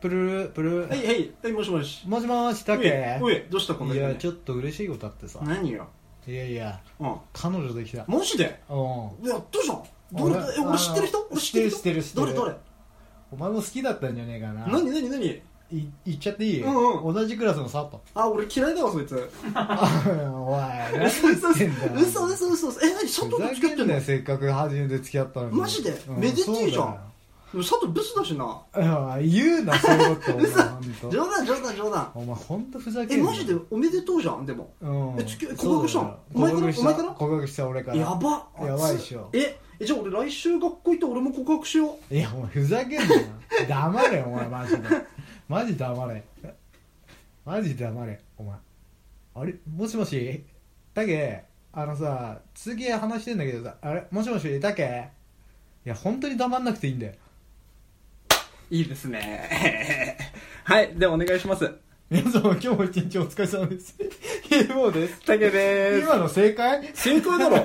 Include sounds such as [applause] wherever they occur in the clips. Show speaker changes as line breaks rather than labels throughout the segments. プルルプルル
はいはいはいもしもし
もしもしタ
お
ケ
いおいどうしたこの
いやち
ょ
ょっと嬉しいことあってさ
何よ
いやいや
うん
彼女できた
マジで
うんお
やったじゃんど
俺
れえ俺知ってる人
あ
俺知ってる人
知ってる知ってる知ってる
誰誰
前も好きだったんじゃねえかな
何何何
い言っちゃっていい
うんう
同じクラスの佐藤
あ俺嫌いだわそいつ
おい何言ってんだよ
嘘嘘嘘嘘え何佐藤
ふ
と
ざ
付き合
けん
ってん
な
の
よせっかく初めて付き合ったのに
マジで
うん
めでてえじゃん佐藤ブスだしな
そうだようん言うなそういうことお前
嘘
ほんと
冗談冗談冗談
お前ほんとふざけ
え
んな
マジでおめでとうじゃんでも
うん
え付き合い告白したの
そうだよ
お前から
告白した
お前
告白した俺か
から
ら
やば
やばいっしょ
ええじゃあ俺来週学校行って俺も告白しよう
いやお前ふざけんなよ黙れお前マジでマジ黙れマジ黙れお前あれもしもしタケあのさ続き話してんだけどさあれもしもしタケいや本当に黙んなくていいんだよ
いいですね [laughs] はいではお願いします
皆様今日も一日お疲れ様です KMO です
竹で
今の正解 [laughs]
正解だろ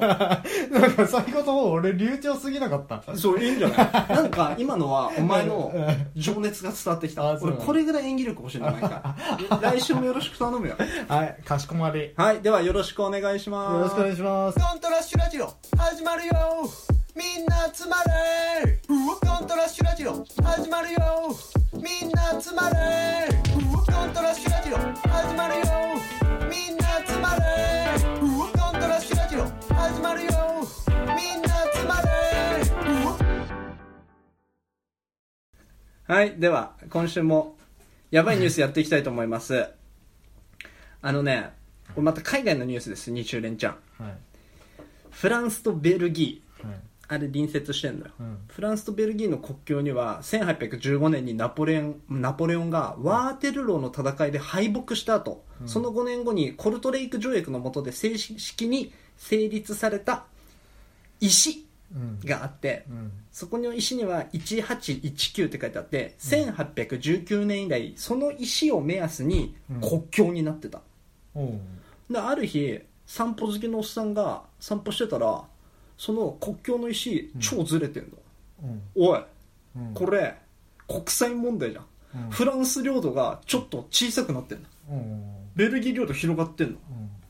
なんか最後の方俺流暢すぎなかった
そういいんじゃないなんか今のはお前の
うん
情熱が伝わってきた
あそう
俺これぐらい演技力欲しいのな
[laughs]
いか来週もよろしく頼むよ
はいかしこまり
はいではよろしくお願いします
よろしくお願いします
コントラッシュラジオ始まるよみんな集まれコントラッシュラジオ始まるよみんな集まれコントラッシュラジオ始まるよみんな集まれコントラッシュラジオ始まるよみんな集まれ
はい、では今週もやばいニュースやっていきたいと思います。あのね、これまた海外のニュースです、日中連ちゃん。
はい
フランスとベルギー、
はい
あれ隣接してんのよ。
うん
フランスとベルギーの国境には1815年にナポレオンナポレオンがワーテルローの戦いで敗北した後、その5年後にコルトレイク条約の下で正式に成立された石
うん
があって、
うん
そこの石には1819って書いてあって1819年以来その石を目安に
うん
国境になってた、
おう
である日散歩好きのおっさんが散歩してたらその国境の石超ずれてんの、
うん
おい
うん
これ国際問題じゃん、
うん
フランス領土がちょっと小さくなってんの
うん
ベルギー領土広がってんの
うん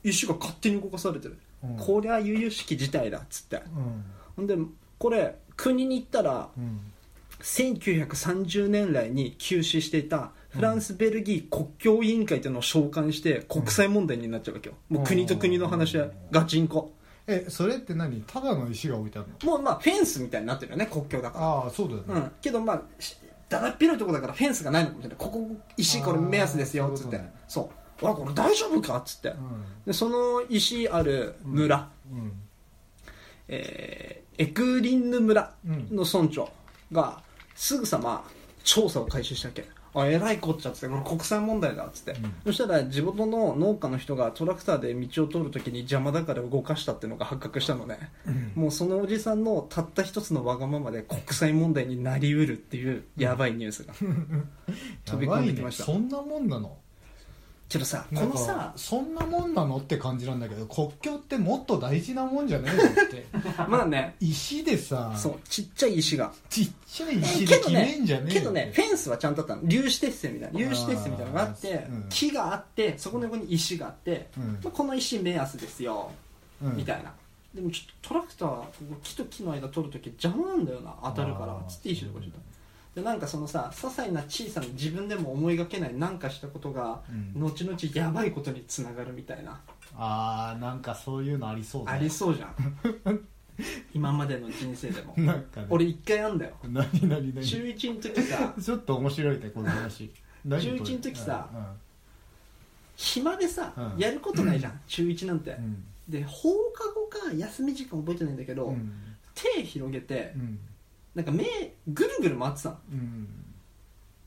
石が勝手に動かされてる、
うん
こりゃ悠々しき事態だっつって
うん
ほんでこれ国に行ったら
うん
1930年来に休止していたフランス・ベルギー国境委員会というのを召喚して国際問題になっちゃうわけよ、もう国と国の話はガチンコ
えそれって何ただの石が置いてあるの
もうまあフェンスみたいになってるよね国境だか
ああそうだよ
ら
ね、
うんけどまあしだらっ広いとこだからフェンスがないのかもしれないここ石これ目安ですよ
あー
っつって
そういうこ
そうわこれ大丈夫かっつってでその石ある村、
うん
えーエクリンヌ村の村長がすぐさま調査を開始したわけあえらいこっちゃっつってこれ国際問題だっつって、
ん
そしたら地元の農家の人がトラクターで道を通るときに邪魔だから動かしたっていうのが発覚したのね、もうそのおじさんのたった一つのわがままで国際問題になりうるっていうやばいニュースが、飛び込んできました
やばいねそんなもんなの
けどさこ
なん
の
か [laughs]
さ
そんなもんなのって感じなんだけど国境ってもっと大事なもんじゃねえのって
[laughs] まあね
石でさ
そうちっちゃい石が
ちっちゃい
え
石で
けど
決
ね
めんじゃねえよ
けどねフェンスはちゃんとあったの粒子鉄線みたいな粒子鉄線みたいなのがあって
あーうん
木があってそこの横に石があって、
うん
まあこの石目安ですよ、
うん
みたいなでもちょっとトラクターここ木と木の間取るとき邪魔なんだよな当たるから
あー
つって石でこうしてたでなんかそのさ些細な小さな自分でも思いがけないなんかしたことが、
うん
後々やばいことにつながるみたいな
あーなんかそういうのありそうだ
あ
ね
りそうじゃん
[laughs]
今までの人生でも
なんかね
俺一回あんだよ
何何何
中1の時さ
ちょっと面白いねこの話何これ
中一の時さ
うんうん
暇でさ、
うん
やることないじゃん中1なんて、
うん
で放課後か休み時間覚えてないんだけど、
うん
手広げて
うん
なんか目ぐるぐる回ってたの
うん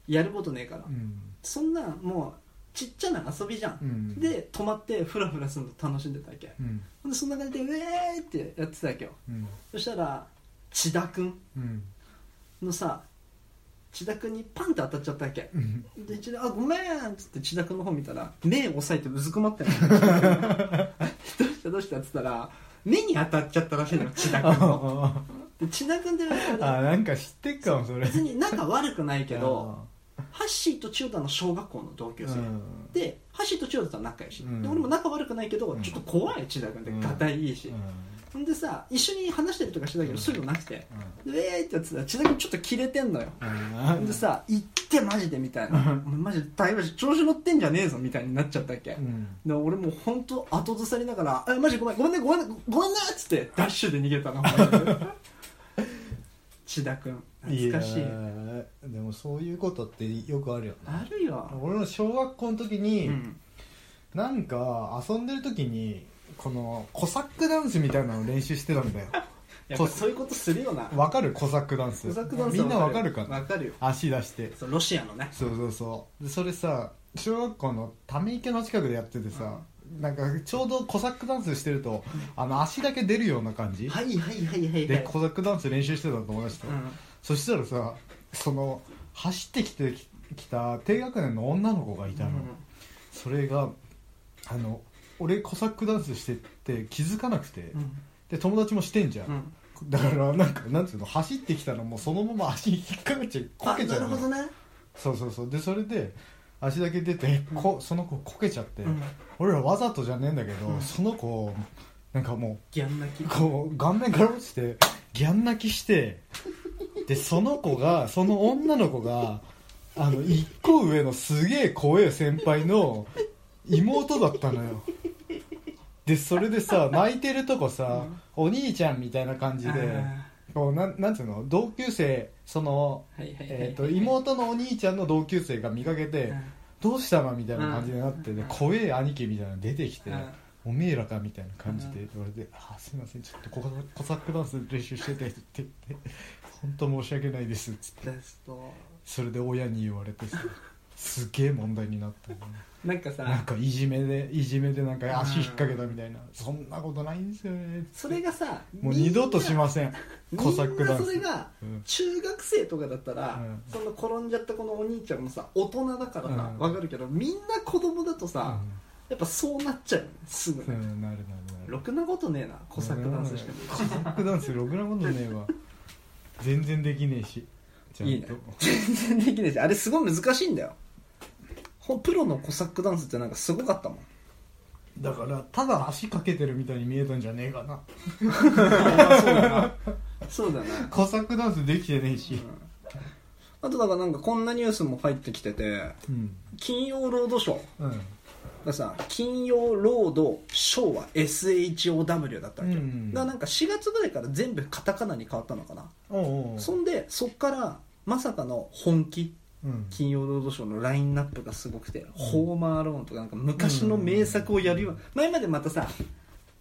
やることねえから、
うん
そんなもうちっちゃな遊びじゃ、
うんん
で止まってフラフラするの楽しんでたわけ
うん
ほんでそんな感じでウェーってやってたわけよ
うん
そしたら千田君
うん
のさ千田君にパンって当たっちゃったわけ
うん
で千田あごめんっつって千田君の方見たら目を押さえてうずくまってん
[laughs]
のどうしたどうしたっつったら目に当たっちゃったらしいの千田君の
あ
で千田君って
なんか知ってっかもそれ
別に仲悪くないけどハッシーと千代田の小学校の同級生、
うん
でハッシーと千代田とは仲良し、
うん
で俺も仲悪くないけど、
うん
ちょっと怖い千代田君
うん
ってがたいいいし、
うん
ほんでさ一緒に話したりとかしてたけど、
うん
そういうのなくて「でウェーイ!」ってやってたら千代田君ちょっとキレてんのよ
うん
ほんでさ「行ってマジで」みたいな
うん
「お前マジで大変調子乗ってんじゃねえぞ」みたいになっちゃったっけ、
うん
で俺もう本当後ずさりながら「あマジごめんごめんねごめんねごめんね」っつってダッシュで逃げたの
[laughs]
千田君懐かしい
やーでもそういうことってよくあるよね
あるよ、
俺の小学校の時
う
に、
ん、
なんか遊んでる時にこのコサックダンスみたいなの練習してたんだよ
やっぱそういうことするよな
わかるコサックダンス
ふざけダンス
みんなわ
は
かるかな
わかるよ
足出して
そうロシアのね
そうそうそうでそれさ小学校のため池の近くでやっててさ、なんかちょうどコサックダンスしてるとあの足だけ出るような感じ、
はいはいはいはいは
で
い
コサックダンス練習してた友達と、
うん
そしたらさその走ってきてききた低学年の女の子がいたの、それがあの俺コサックダンスしてって気づかなくて、
うん
で友達もしてんじゃん、
うん
だからなんかなんていうの走ってきたらもうそのまま足に引っかかっちゃうこ
あ
けちゃ
な
う
る
の
ほどね
そうそうそうでそれで足だけ出てこその子こけちゃって、
うん
俺らわざとじゃねえんだけど、
うん
その子なんかも
ギャン泣き
うこう顔面から落ちてギャン泣きしてでその子がその女の子があの一個上のすげえ怖え先輩の妹だったのよでそれでさ泣いてるとこさ、お兄ちゃんみたいな感じ
あー
でこうなんなんていうの同級生その
はいはいはいはい
えー、と妹のお兄ちゃんの同級生が見かけて
うん
「どうしたの?」みたいな感じになってで
うん
怖え兄貴みたいなの出てきて
うん
「おめえらか」みたいな感じ
う
で言われて「あすいませんちょっとコサコサックダンス練習してて」って言って「本当申し訳ないです」っつって
ラスト
それで親に言われてさすげえ問題になったよね
なんかさ
なんかいじめでいじめでなんか足引っ掛けたみたいなそんなことないんですよね
それがさ
もう二度とし
ま
ませんコサックダンス
みんなそれが
うん
中学生とかだったら、
うん
その転んじゃったこのお兄ちゃんもさ大人だからさ、
うん
わかるけどみんな子供だとさ、やっぱそうなっちゃうよねすぐ
うんう
ね、
んなるなるなる
ろくなことねえな小作ダンスしても、
コサックダンスろくなことねえわ全然できねえしちゃんと
いいね全然できないしあれすごい難しいんだよほんプロのコサックダンスってなんかすご
[laughs]
かったもん
だからただ足かけてるみたいに見えたんじゃねえかな
そうだな [laughs] そうだな、
コサックダンスできてねえし
あとだからなんかこんなニュースも入ってきてて
うん
金曜ロードショー
うん
がさ金曜ロードショーは SHOW だったわけよ、
うん
だからなんか4月ぐらいから全部カタカナに変わったのかな、
おうおう
そんでそっからまさかの本気
うん
金曜ロードショーのラインナップがすごくて、ホーマー・アローンとかなんか昔の名作をやるような、前までまたさ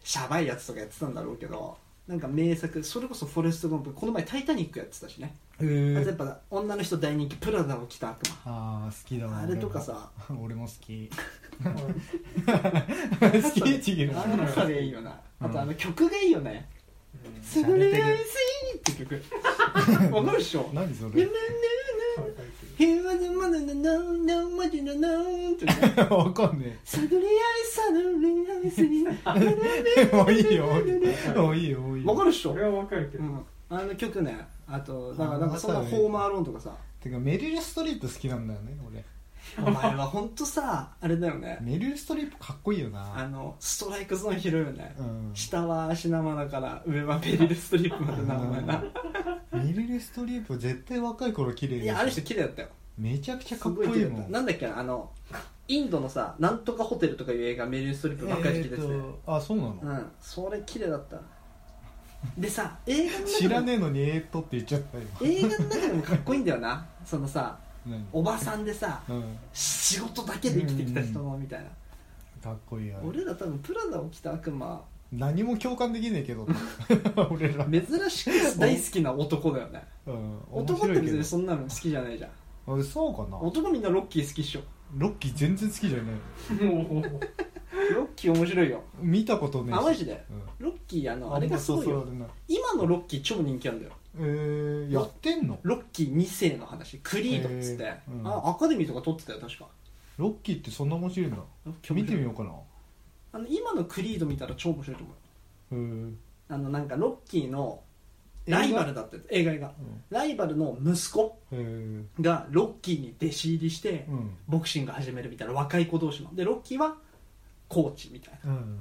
シャバいやつとかやってたんだろうけどなんか名作それこそフォレスト・ゴンプこの前「タイタニック」やってたしね、
へ
あとや
ー
っぱ女の人大人気「プラダを着た悪
あー好きだ
魔」
わ
あれとかさ
俺も俺も好き
好
好きちぎる
あのさでいいよなあとあの曲がいいよね「そ
うん
れ愛すい」って曲わかるでしょ「
何そ
ね
れ
ねねね平和でまだなななまじなな」ってね
わかんね
探り合い探り合いすぎない
えもういいよもういいよもういいよもういい
わ
よ
かるっしょ
それ、はわかるけ
う
ど、
ん、あの曲ねあとだから
あ
なんかそんな
またね
ホーマーローンとかさ
てかメリル・ストリップ好きなんだよね俺
お前は本当さあれだよね
メリル・ストリップかっこいいよ
あ
な
のストライクゾーン広いよね、
うん
下は芦名愛菜から上はペリル・ストリップまでなお前な
メリル・ストリープ絶対若い頃綺麗で
い
しょ
やあの人綺麗だったよ
めちゃくちゃ
す
かっ
ご
こ
い
い
綺
い
麗だ
も
った
ん
なんだっけなあのインドのさなんとかホテルとかいう映画メリル・ストリップばっかり好きですね、
えーっとあそうなの、
うんそれ綺麗だったでさ映画の中で
知ら
も
ねえのにえーっとって言っちゃったよ
映画の中でもかっこいいんだよなそのさ
[laughs] 何
おばさんでさ
うん
仕事だけで生きてきた人のみたいな、
かっこいいや
俺ら多分プラダを着た悪魔
何も共感できねえけど [laughs] 俺ら、
珍しく大好きな男だよね
うん、
男って別
面
に
白
そんなの好きじゃないじゃん
いけどあそうかな
男みんなロッキー好きっしょ
ロッキー全然好きじゃない
もう
ロッキー面白いよ
見たことねえし
あマジで
うん
ロッキーあの
あ
あれが
んますそ
ご
う
い
そう
よ
あれない
今のロッキー超人気なんだよ
えー、やってんの
ロッキー2世の話クリードっつって、
へーうん
あアカデミーとか撮ってたよ確か
ロッキーってそんな面白いんだ見てみようかな
あの今のクリード見たら超面白いと思う
えー
あのなんかロッキーの
映画
ライバルだったやつ映画映画
うん
ライバルの息子
へー
がロッキーに弟子入りして
うん
ボクシング始めるみたいな若い子同士のでロッキーはコーチみたいな
うん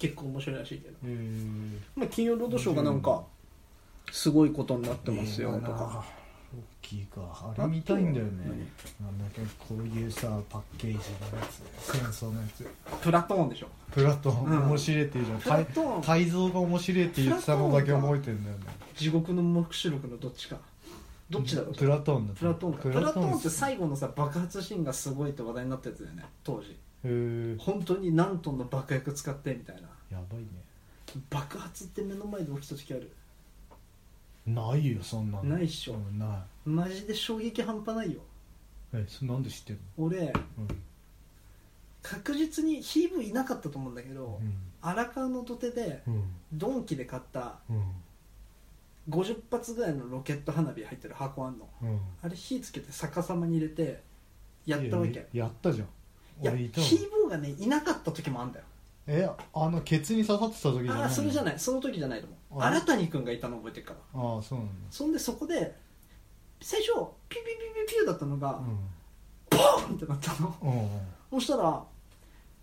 結構面白いらしいけど、
へー
まあ、金曜ロードショーがなんかすごいことになってますよ
映
と
画な
か
ロッキーかあれ見たいんだよねなんだっけこういうさパッケージのやつ戦争のやつ
プラトーンでしょ
プラトン、
うん
面白いって言うじゃん
プラトーン
た改造が面白いって言ってたのだけ覚えてんだよね
地獄の黙示録のどっちかどっちだろう
プラトンだ
プラトーンかプラトーンって
最
最後のさ爆発シーンがすごいって話題になったやつだよね当
へ
時
え
本当に何トンの爆薬使ってみたいな
やばいね
爆発って目の前で起きた時ある
ないよそんなの
ないっしょ
うんな
マジで衝撃半端ないよ
いえそれなんで知ってんの
俺
うん
確実にヒーブいなかったと思うんだけど、
うん
荒川の土手で
うん
ドンキで買った
うん
50発ぐらいのロケット花火入ってる箱あんの
うん
あれ火つけて逆さまに入れてやったわけ
いややったじゃん
いや
俺いたわ
ヒーボーがねいなかった時もあんだよ
えあのケツに刺さってた時じゃない
ああーそれじゃ
い
ないその時じゃないと思う
あれ
新谷君がいたの覚えてるから
ああそうなんだ
そんでそこで最初ピュピュピュピュピュだったのが、ポンってなったの
うんうん
そしたら「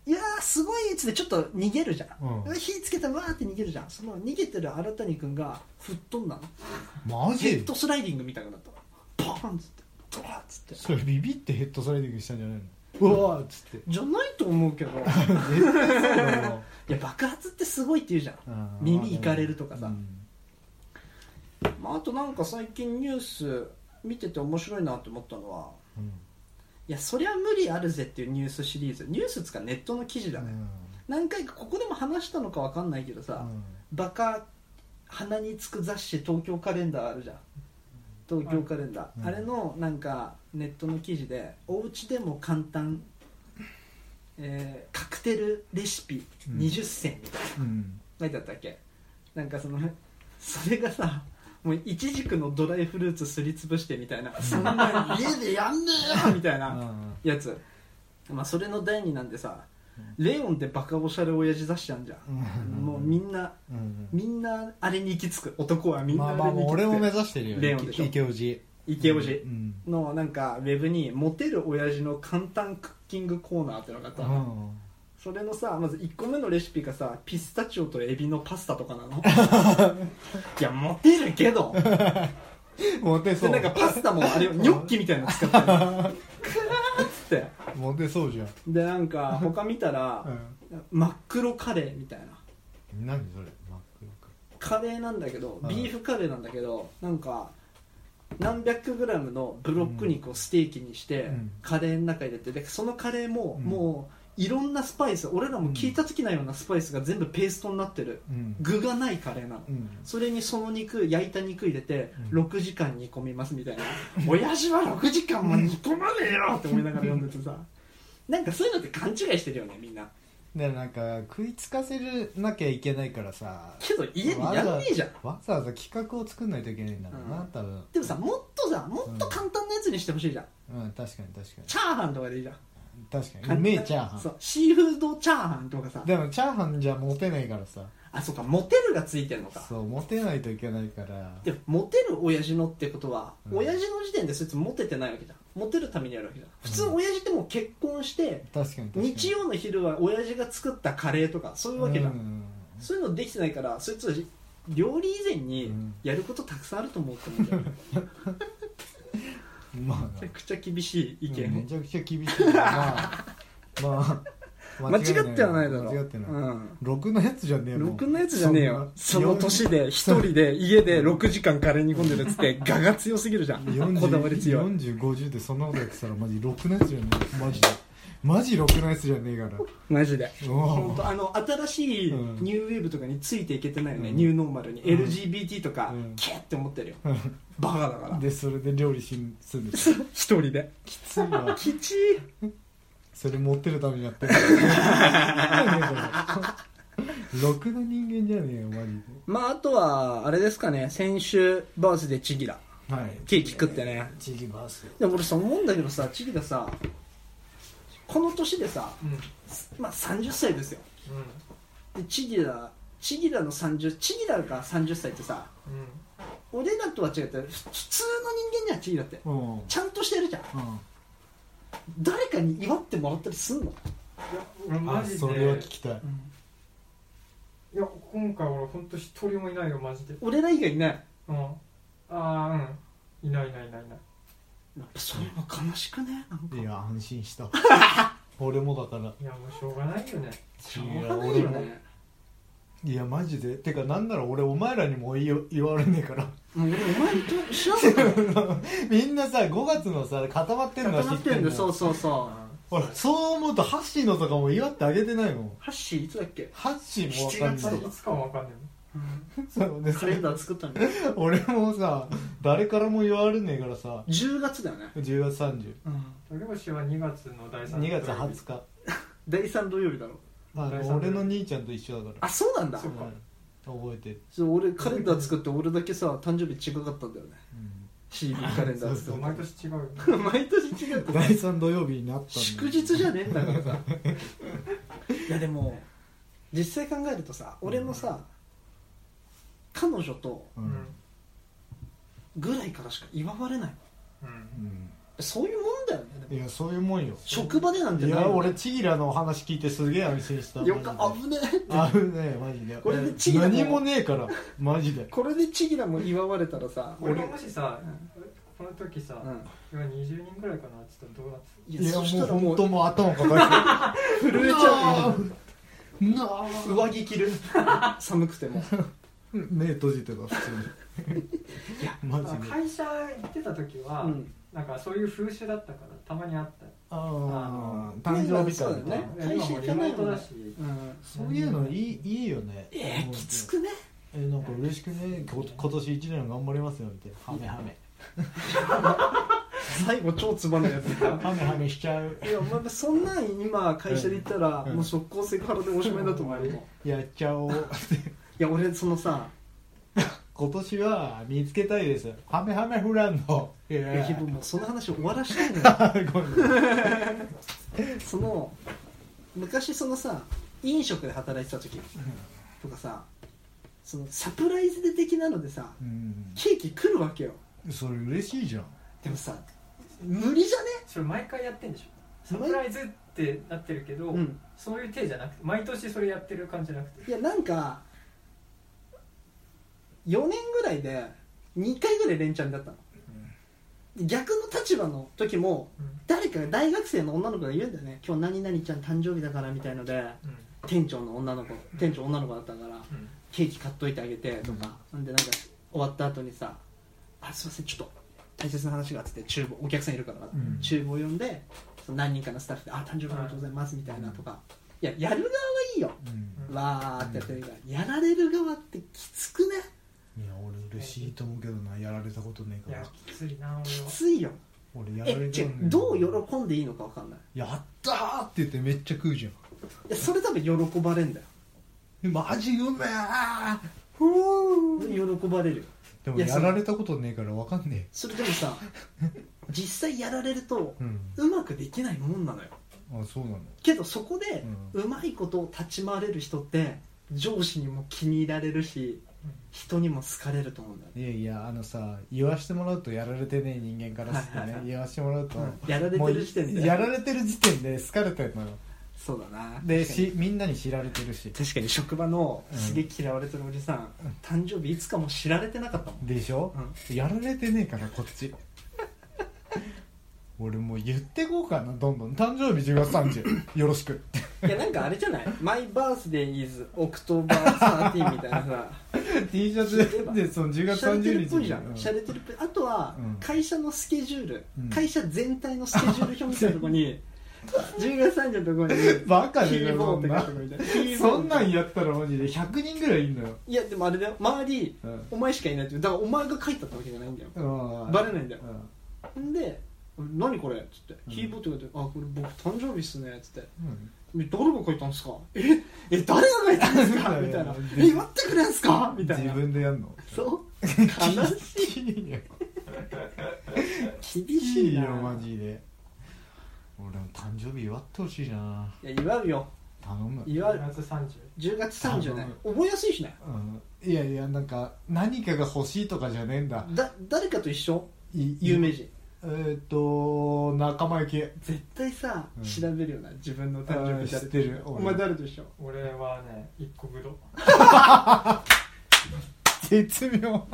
いやーすごい!」っつってちょっと逃げるじゃん、
うん
火つけてわーって逃げるじゃんその逃げてる新谷君が吹っ飛んだの
マ
ヘ
ジ
ッドスライディングみたいになったのポンっつってドワーっつって
それビビってヘッドスライディングしたんじゃないのうわーっつって
じゃないと思う [laughs] けどい
絶対そうだよ
や爆発ってすごいって言うじゃん
うん
[laughs] 耳いかれるとかさ
うん
まあ、あとなんか最近ニュース見てて面白いなって思ったのは
うん
「いやそりゃ無理あるぜ」っていうニュースシリーズニュースっつうかネットの記事だね、何回かここでも話したのか分かんないけどさ、バカ鼻につく雑誌「東京カレンダー」あるじゃん東京カレンダー、
うん
あれのなんかネットの記事で「お家でも簡単、えーカクテルレシピ20選」みたいな
うん
書いてあったっけなんかそのそれがさもうイチジクのドライフルーツすりつぶしてみたいなそんなん家でやんねえよみたいな
あ
やつまあそれの第二なんでさレオンってバカおしゃれ親父雑誌あんじゃんもうみんな
うんうん
みんなあれに行き着く男はみんな
ま
あ
あ
れ
まあ
に
もう
行き
俺も目
着
指してるよ
レオンでしょ
池おじ
く池おじ
うん
のなんかウェブにモテる親父の簡単クッキングコーナーってのがあった
う
の
ん
それのさまず1個目のレシピがさピスタチオとエビのパスタとかなの
[laughs]
いやモテるけど
モテそ
で
う
なんかパスタもあれをニョッキみたいなの使って
[laughs]
るクーっつって
モテそうじゃん
でなんか他見たら真っ黒カレーみたいな
何それ真っ
カレーなんだけど
うん
ビーフカレーなんだけどなんか何百グラムのブロック肉をステーキにして、
うん
カレーの中に入れてでそのカレーも、
うん
もういろんなスパイス俺らも聞いた時ないようなスパイスが全部ペーストになってる
黒うん
具がないカレーなの
うん
それにその肉焼いた肉入れて
う
6時間煮込みますみたいな「親父は6時間も煮込まねえよ!」って思いながら読んでてさなんかそういうのって勘違いしてるよねみんな
でなんか食いつかせるなきゃいけないからさ
けど家でやんねえじゃん
わざわざ企画を作んないといけないんだろう
う
なん多分
でもさもっとさもっと簡単なやつにしてほしいじゃん
うん確かに確か
チャーハンとかでいいじゃん
に確かにうめえチャーハ
そ
ン
うシーフードチャーハンとかさ
でもチャーハンじゃモテないからさ
あそうかモテるがついてるのか
そうモテないといけないから
でもモテる親父のってことは、
うん
親父の時点でそいつモテてないわけじゃんモテるためにやるわけじゃん普通親父ってもう結婚して、
確かに確かに
日曜の昼は親父が作ったカレーとかそういうわけじゃん、
うん
そういうのできてないからそいつは料理以前にやることたくさんあると思うと思うんだよ、
[laughs] まあ
めちゃくちゃ厳しい意見、
めちゃくちゃ厳しいけどまあまあ
[laughs] 間違ってはないだろ
間違ってない、
うん
ろくなやつじゃねえ
ろく
ん
なやつじゃねえよそ
そんな
の年で一人で家で6時間カレー煮込んでるっつって我が強すぎるじゃんこだわり強い
4050でそんなことやってたらマジろくなやつじゃねえマジでマジろくなやつじゃねえから
マジで本
お
当あの新しい
うん
ニューウェーブとかについていけてないよね、
うん
ニューノーマルに、
うん
LGBT とか、
うん
キャって思ってるよ、
うん
バカだから
でそれで料理しんすんで
[laughs]
しょ
一人で
きついわ
きち
それ持ってるためにやってるろくな人間じゃねえよマジ
まああとはあれですかね先週バースでチギラ
ではい
ケーキ食ってね
チギバース
でも俺そう思うんだけどさチギラさこの年でさ、まあ30歳ですよでチギラチギラの30チギラが30歳ってさ
うん
俺らとは違ってふ普通の人間にはチリだって
うんうん
ちゃんとしてるじゃん誰かに祝ってもらったりすんの
いや俺マ
あ
ジで
それは聞きたい
いや今回俺ほんと一人もいないよマジで
俺ら以外いないや
うんああうんいないいないいないいない
っぱそれは悲しくねなんか
いや安心した俺もだから
いやもうしょうがないよね
しょうがないよ
いや
ね
いやマジでてかなんなら俺お前らにも言い言われねえから [laughs]
もう俺お前と知らなかっ
みんなさ5月のさ固まって
た
るのは
固
知
ま
っ
って
て
るん
ん
だ
だ
よそう
よ
そうそう
俺そう思うとハッシーのとかも祝ってあげてないもん
ハッシーいつだっけ
ハッシーもわかん
そ
な
れ
い
いつかもわかんない
[laughs] そうで
カ
そ
レ
れ
ンダー作ったんだよ
[laughs] 俺もさ誰からも言われねえからさ
10月だよね
10月30
竹星は2月の第3
2月20日
第3土曜日だろ
あ
第
の
三
俺の兄ちゃんと一緒だか
あそうなんだ
そうか
らうん覚えてる
そう俺カレンダー作って俺だけさ誕生日違かったんだよね
うん
CD カレンダー
そ
作
う
っ
毎年違うよ
て毎年違うって
第3土曜日になったんだよ
祝日じゃねえんだからさ [laughs] いやでも実際考えるとさ俺もさ彼女と
う
うんん
ぐらいからしか祝われない
うん
そういうもんだよね
う
で
ん
も
いやそういうもんよ
職場でなん
い
じゃない
や
の
俺チギラのお話聞いてすげえ安心した
よか危ねえ
マジで危ねえマジで
これでチギラも
何もねえからマジで
これでチギラも祝われたらさ
俺がもしさこの時さ
うん
今20人ぐらいかなって言ったらどうなって
い
い
や
やも
そうしたらも
本
う
当もう頭抱
震え
えて
ちゃうよ
なあ
上着着る [laughs] 寒くても
目閉じてた普通 [laughs] にいやマ
た
ジで
会社行ってた時は
うん
なんかそういう風習だったからたまにあったよ
あ
の
あ誕生日会
そう
み
だ
たい
よ
な
ね
今もうリモートだし
うん
そういうのいいいいよね
えー、きつくね
えなんか嬉しくねこ今年一年頑張りますよみたいなハメハメ
最後超つばんだやつ
ハメハメしちゃう
いやお前そんなん今会社で言ったら、
うん
もう速攻セクハラでおしまいだと思うよ、
う
い
ん
やっちゃおう
や俺そのさ
[laughs] 今年は見つけたいですハメハメフランドい
い
や
や自分もうその話終わらしたい
[laughs]
のよ
ごめん
その昔そのさ飲食で働いてた時とかさそのサプライズで的なのでさ
うん
ケーキ来るわけよ
それ嬉しいじゃん
でもさ無理じゃね
それ毎回やってんでしょサプライズってなってるけど
うん
そういう手じゃなくて毎年それやってる感じじゃなくて
いやなんか4年ぐらいで2回ぐらい連チャンだったの、逆の立場の時も
うん
誰かが大学生の女の子が言うんだよね今日何々ちゃん誕生日だからみたいので
うん
店長の女の子店長女の子だったから
うん
ケーキ買っといてあげてとか、ん、でなんか終わった後にさ「あすいませんちょっと大切な話が」っつって厨房お客さんいるから、
ん
厨房呼んでその何人かのスタッフで「あ誕生日おめでとうございます」みたいなとか、いややる側はいいよ
うん
わーってやってるから、やられる側ってきつくね
いや俺嬉しいと思うけどなやられたことねえ
い
か
や
ら
きついな
き
俺は
ついよ
俺やら
え
れ
違
て
う
る
どう喜んでいいのか分かんない
やったーって言ってめっちゃ食うじゃん
いやそれ多分喜ばれんだよ
えマジうめえ
喜ばれるよ
でも
いや
やられたことねえからわかんね
それでもさ実際やられると
えうん
うまくできないもんなのよ
あそうなの
けどそこで
う
うまいことを立ち回れる人って上司にも気に入られるし人にも好かれると思うんだよね
いやいやあのさ言わしてもらうとやられてねえ人間からして
はいはいは
[laughs] ね
い
言わしてもらうと、
やられ
もう
てる時点で
やられてる時点で好かれたのよ
そうだな
で
確かに
しみんなに知られてるし
確かに職場の
うん
すげえ嫌われてるおじさん、誕生日いつかも知られてなかったもん
でしょ、やられてねえからこっ [laughs] ち俺もう言ってこうかなどんどん誕生日10月30よろしく [laughs] って
いやなんかあれじゃない「マイバースデイイズオクトーバー13」みたいなさ
T シャ [laughs] ツでその10月
しゃれてる
30
っ
日
ぽい
に
じゃんしゃれてるっぽいあとは
うん
会社のスケジュール、
うん
会社全体のスケジュール表みたいなと
[laughs]
こに10月30のとこ
う
に
ん [laughs] バカ
キ
でよ
ーボ
そん
ード
な
とかみたいなキーボード
[laughs] そんなんやったらマジで100人ぐらいいんのよ、
いやでもあれだよ周り
うん
お前しかいないっていうだからお前が書いたってわけじゃないんだよ
うん、
バレないんだよ
うん
んで「何これ?」っつって「
ん
キーボードって「あこれ僕誕生日っすね」っつって
うん
え誰が書いたんですかええ誰が書いたんですかみたいなえ待ってくれんすかみたいな
自分でやんの
そう
[laughs] 悲
悲し
しいよ
い厳しいない
よマジで俺も誕生日祝ってほしいない
や祝うよ
頼む
いわゆる
夏30
10月30ね覚えやすいしね
うんいやいやなんか何かが欲しいとかじゃねえんだ
だ誰かと一緒
い
有名人
えーっと仲間由紀恵 [laughs]
絶対さ、
うん
調べるよな自分の
あ
誕生
ー
日
知っ
誰
てる
お
俺
前誰と一緒
俺はね一個ブド
絶妙
マ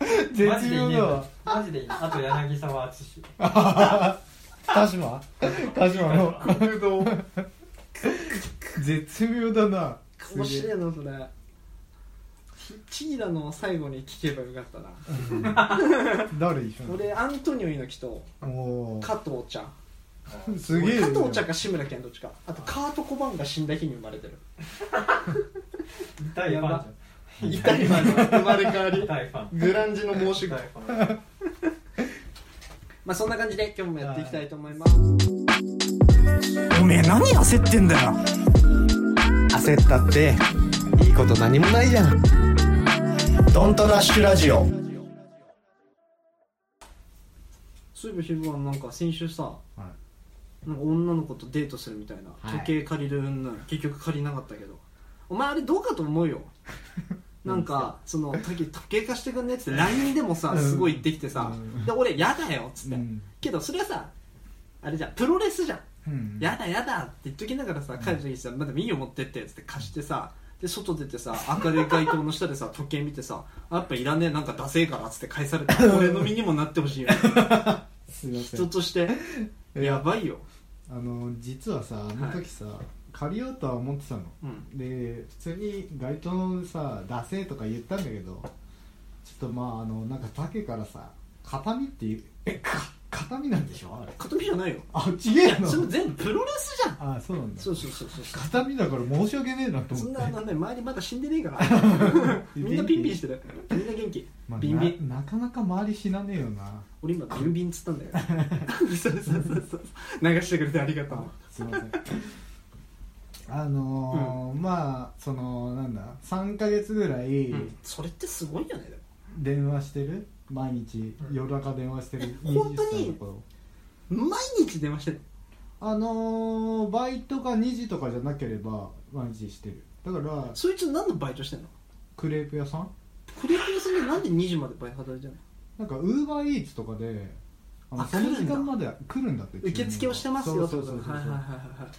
ジ
絶
で言
妙
え
だわ
ないマジでいいあと柳沢敦
鹿島鹿島の
[laughs]
国道
絶妙だな
面
すげ
白
え
いなそれチーラの最後に聞けばよかったな、
誰一緒なの
俺アントニオ猪木と
おー
加藤ちゃん
すげえ
俺加藤ちゃんか志村けんどっちかあとカート・コバンが死んだ日に生ま
[laughs]
れてる
大ファンじゃん
イタリアの生まれ変わり
大ファン
グランジの申し子
大ファン
まあそんな感じで今日もやっていきたいと思います
おめえ何焦ってんだよ焦ったっていいこと何もないじゃんドントラッシュラジオ
そういえば昼晩なんか先週さ、
は
なんか女の子とデートするみたいな、
はい
時計借りるうんぬん結局借りなかったけどお前あれどうかと思
[laughs]
うよなんかその時時計貸してくんねっつって LINE でもさ
うん
すごい言ってきてさ、
うん
で俺やだよっつって、
うん
けどそれはさあれじゃんプロレスじゃん
うん
やだやだって言っときながらさ帰る時にさ「まだいいよ持ってって」っつって貸してさで外出てさ明るい街灯の下でさ [laughs] 時計見てさ「あやっぱいらねえなんかダセえから」っつって
[laughs]
返された俺の身にもなってほしいよ
すいませ
人
ん
としてやばいよ
あの実はさあの時さ、借りようとは思ってたの
うん
で普通に街頭のさ「出せ」とか言ったんだけどちょっとまああのなんか竹からさ「形見」っていうえか形見なんでしょあれ
片身じゃないよ
あちげえの
それも全部プロレスじゃん
あそうなんだ
そうそうそうそうそ
形見だから申し訳ねえなと思
うそ
っ
ん
て
なあのね周りまだ死んでねえから
[laughs]
みんなピンピンしてるみんな元気
まあ、
ビンビン
ななかなか周り死なねえよな
俺今ビンビンっつっ
[laughs]
たんだよそうそうそうそう流してくれてありがとう
すいませんあのーまあそのなんだ3ヶ月ぐらい
うんそれってすごいよねでも
電話してる毎日
うん
夜中電話してる
え本当
20
に
歳の頃
毎日電話してる
あのー、バイトが2時とかじゃなければ毎日してるだから
そいつ何のバイトしてんの
クレープ屋さん
クリープ屋さんでなんで2時までバイト働いてんの
なんかウーバーイーツとかであの
あ
その
来る
時
んだ
間まで来るんだって
受付をしてますよって
そ
こ
うそ
と
う
ね
そうそう、
はいはいはいはい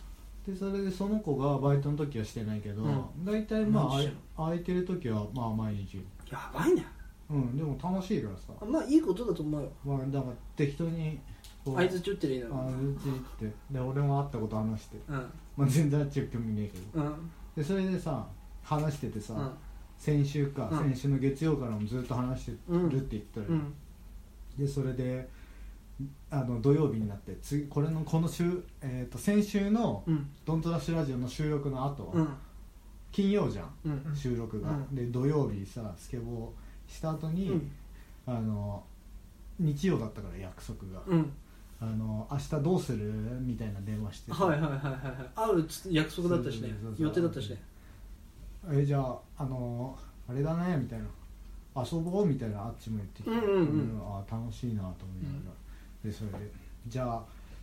でそれでその子がバイトの時はしてないけど、
う
大体まあ
毎日
あ空いてる時はまあ毎日
やばいね
うんでも楽しいからさ、
まあいいことだと思うよ
まあ、だから適当にこう
相づち打ってりゃいい
あ
だろ
のうち行ってで俺も会ったこと話して、
うん
まあ、全然あっちは興味ねえけど
うん
でそれでさ話しててさ、
うん
先週か、
うん
先週の月曜からもずっと話してるって言ったら、
うん
でそれであの土曜日になって次これのこの週、えー、と先週の
うん
「ドントラッシュラジオ」の収録の後、
うん
金曜じゃん
うん
収録が、
うん
で土曜日さスケボーした後
う
に、
ん
あの日曜だったから約束が、
うん
あの明日どうするみたいな電話してて
はいはいはいはいはい会うつ約束だったしね
そうそうそう
予定だったしね
えじゃああのあれだねみたいな遊ぼうみたいなあっちも言ってきて、
うんうんうん
あ楽しいなと思いながら、でそれでじゃあ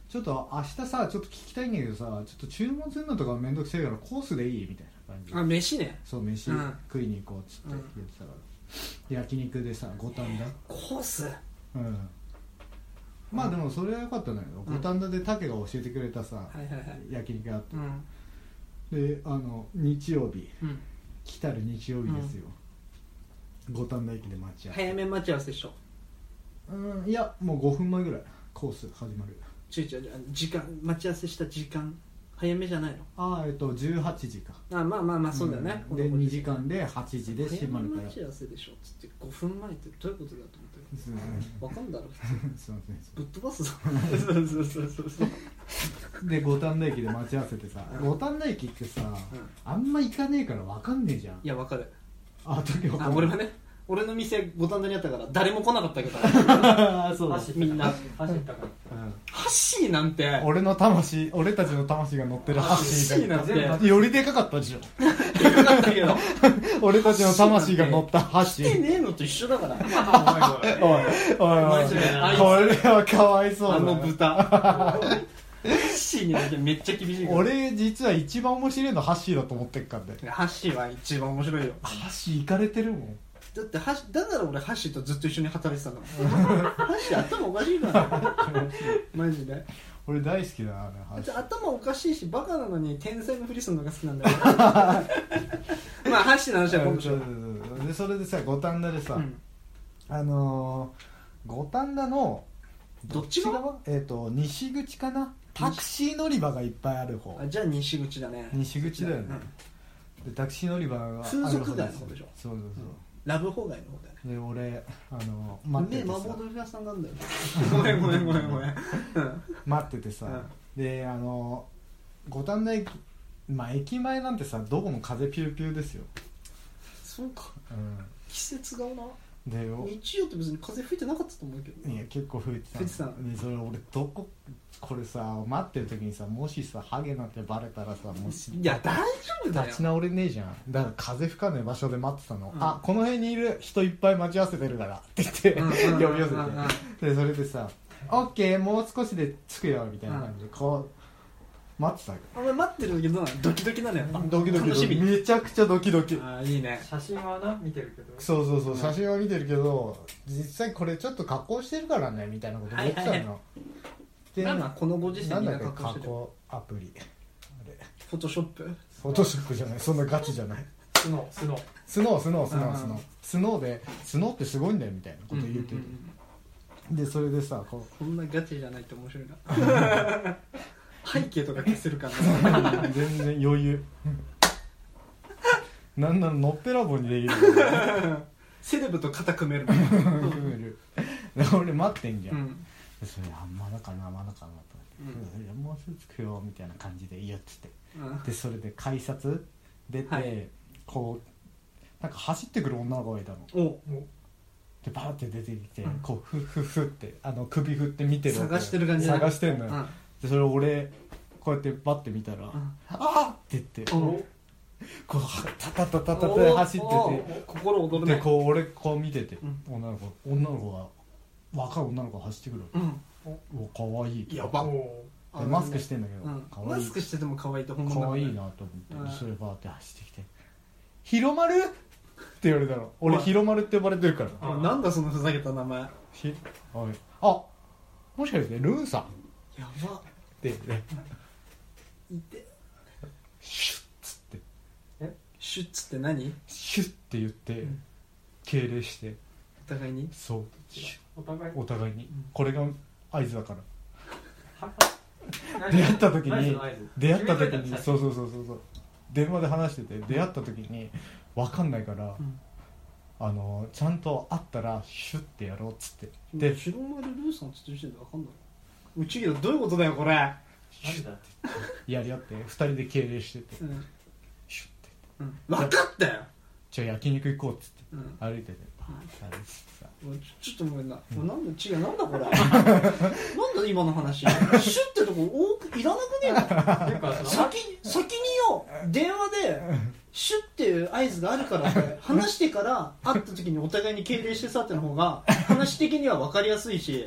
ちょっと明日さちょっと聞きたいんだけどさちょっと注文するのとかめんどくせえからコースでいいみたいな感じで
あ飯ね
そう飯
うん
食いに行こうっつって言ってたから、で焼肉でさ五反田
コース
うんまあでもそれは良かったのよ
うん
五反田で竹が教えてくれたさ、
はいはいはい
焼肉屋あって
うん
であの日曜日
うん
来たる日曜日ですよ、五反田駅で待ち合わせ、
早め待ち合わせでしょ
うんいやもう5分前ぐらいコース始まる
違う違う違う時間待ち合わせした時間早めじゃないの
ああえっと18時か
あまあまあまあそうだよね
んで2時間で8時で閉まるか
早め
ら
待
すい
ち合わせでしょっつって5分前ってどういうことだと思ってる
ません [laughs]
わかんだろ普通
すいませ
ぶっ飛ばす [laughs] ぞそうそうそうそうそうん
で五反田駅で待ち合わせてさ五反田駅ってさ、
ん
あんま行かねえから分かんねえじゃん
いやわかる
あ時
あ俺はね俺の店五反田にあったから誰も来なかったけ [laughs] ど
ね [laughs] そうだ、
走った
みんな
走ったか
うん
ハッシーなんて
俺の魂俺たちの魂が乗ってる
ハッ
箸
シー
が
なんて
全部
よ
走
よりでかかったでしょ
かったけ [laughs] ど
俺たちの魂が乗った
来
箸
てねえのと一緒だ [laughs] から
らお
おいおい
いおい
おい
マジであいつ [laughs]
これはかわいそうだ
あ
よ
の豚ハッシーにだけめっちゃ厳しいから
俺実は一番面白いのハッシーだと思ってっかんで
ハッシーは一番面白いよ
ハッシー行かれてるもん
だってハッシーだから俺ハッシーとずっと一緒に働い [laughs] てたのハッシー頭おかしい [laughs] からマジで
俺大好きだなあれハ
あい
ッシ
つ
ー
頭おかしいしバカなのに天才のふりするのが好きなんだ [laughs] よまあハッシーの話は
そ
本
う
当
そうそうそうでそれでさ五反田でさ、
うん
あのー五反田の
どっち側
えっ、と西口かなタクシー乗り場がいっぱいある方
あじゃあ西口だね
西口だよね、でタクシー乗り場がある方
風俗街の方でしょ
そうそう
うんラブホ街の方だよね
そう、で俺あの待って
ね
て
麻
さ
婆豆腐屋さんなんだよごめんごめんごめんごめんうん
待っててさ、であの五反田駅まあ駅前なんてさどこも風ピューピューですよ、
そうか
う、
季節がなん
でよ
日曜って別に風吹いてなかったと思うけど
いや結構吹いてたの
吹いてたの
でそれ俺どここれさ待ってる時にさもしさハゲなんてバレたらさもう立
いや大丈夫だよ
ち直れねえじゃんだから風吹かない場所で待ってたの、
うん
あこの辺にいる人いっぱい待ち合わせてるからって言って
うんうん
呼び寄せて
うんうん
でそれでさ「オッケーもう少しで着くよ」みたいな感じでこう待ってたわけ
お前待ってるけどなドキドキなのよ
ドキドキ
楽しみ
めちゃくちゃドキドキ
あーいいね
写真はな見てるけど
そうそうそう、
うん
写真は見てるけど実際これちょっと加工してるからねみたいなこと言ってたの、
はいはいは
で
なんだこのご時世
なん
みん
だ
な
っけ
格好
加
してるフ
工アプリあれ
ォトショップ
フォトショップじゃないそんなガチじゃない
スノースノー
スノースノースノ
うん
ースノースノーでスノーってすごいんだよみたいなこと言ってて、
うんうんうん
でそれでさこ
こんなガチじゃないと面白いな
[laughs]
背景とか消せるから
う [laughs]
な
[laughs] 全然余裕なんならのっぺらぼうにできるよね
セレブと肩組めるもん
で [laughs] 俺待ってんじゃ、
うんん
でそれあまだかなまだかなと思って、いやもうすぐ着くよみたいな感じで言ってて
うん
でそれで改札出て、
はい
こうなんか走ってくる女の子がいたの
お
でバーって出てきて、こうフッフッフッってあの首振って見てるわけ
探してる感じだね
探してんのよ、
うん
でそれ俺こうやってバッて見たら「ああっ!」って言って、
うん
こうタタタタタって走って
おー心躍
て
る
で
ね
こう俺こう見てて、
うん
女の子女の子が若い女の子が走ってくるわけ
うん
おかわいい
やば
お
でマスクしてんだけど、
うん
かわ
マ
い
スクしてても可愛いと本
い
物
か
だ
わ
ね
いいなと思っ
うん
てそれバーって走ってきて「広丸!」って言われたの俺
おい
広丸って呼ばれてるから
あなんだそのふざけた名前や
ひおいあもしかしてルーンさんっ
ば
て言って
いて
シュッつって
シュッツって何
シュッって言って
ん
敬礼して
お互いに
そうシ
お互い
ュッお互いにこれが合図だから
は
[laughs] 出会った時
ナイス
に
ナイス
出会った時
決めといたん
に
だ
そうそうそうそうそう電話で話してて出会った時に分かんないから、
ん
あのちゃんと会ったらシュッてやろうっつってで
白丸ルーさんっつってる時点で分かんない内ちどういうことだよこれ
なんだ
やり合って2人で敬礼してて
うん、
シュッて
うん、分かったよ、
じゃあ焼肉行こうっつって
うん、
歩いててバーッて歩いててさ
俺ちょちょっとごめんな、俺なんだ違うなんだ [laughs] これなんだ今の話シュッてとこ多くいらなくねえの
ていうか
[laughs]
その
先先によ電話でシュッっていう合図があるからって話してから会った時にお互いに敬礼してさっての方が話的には分かりやすいし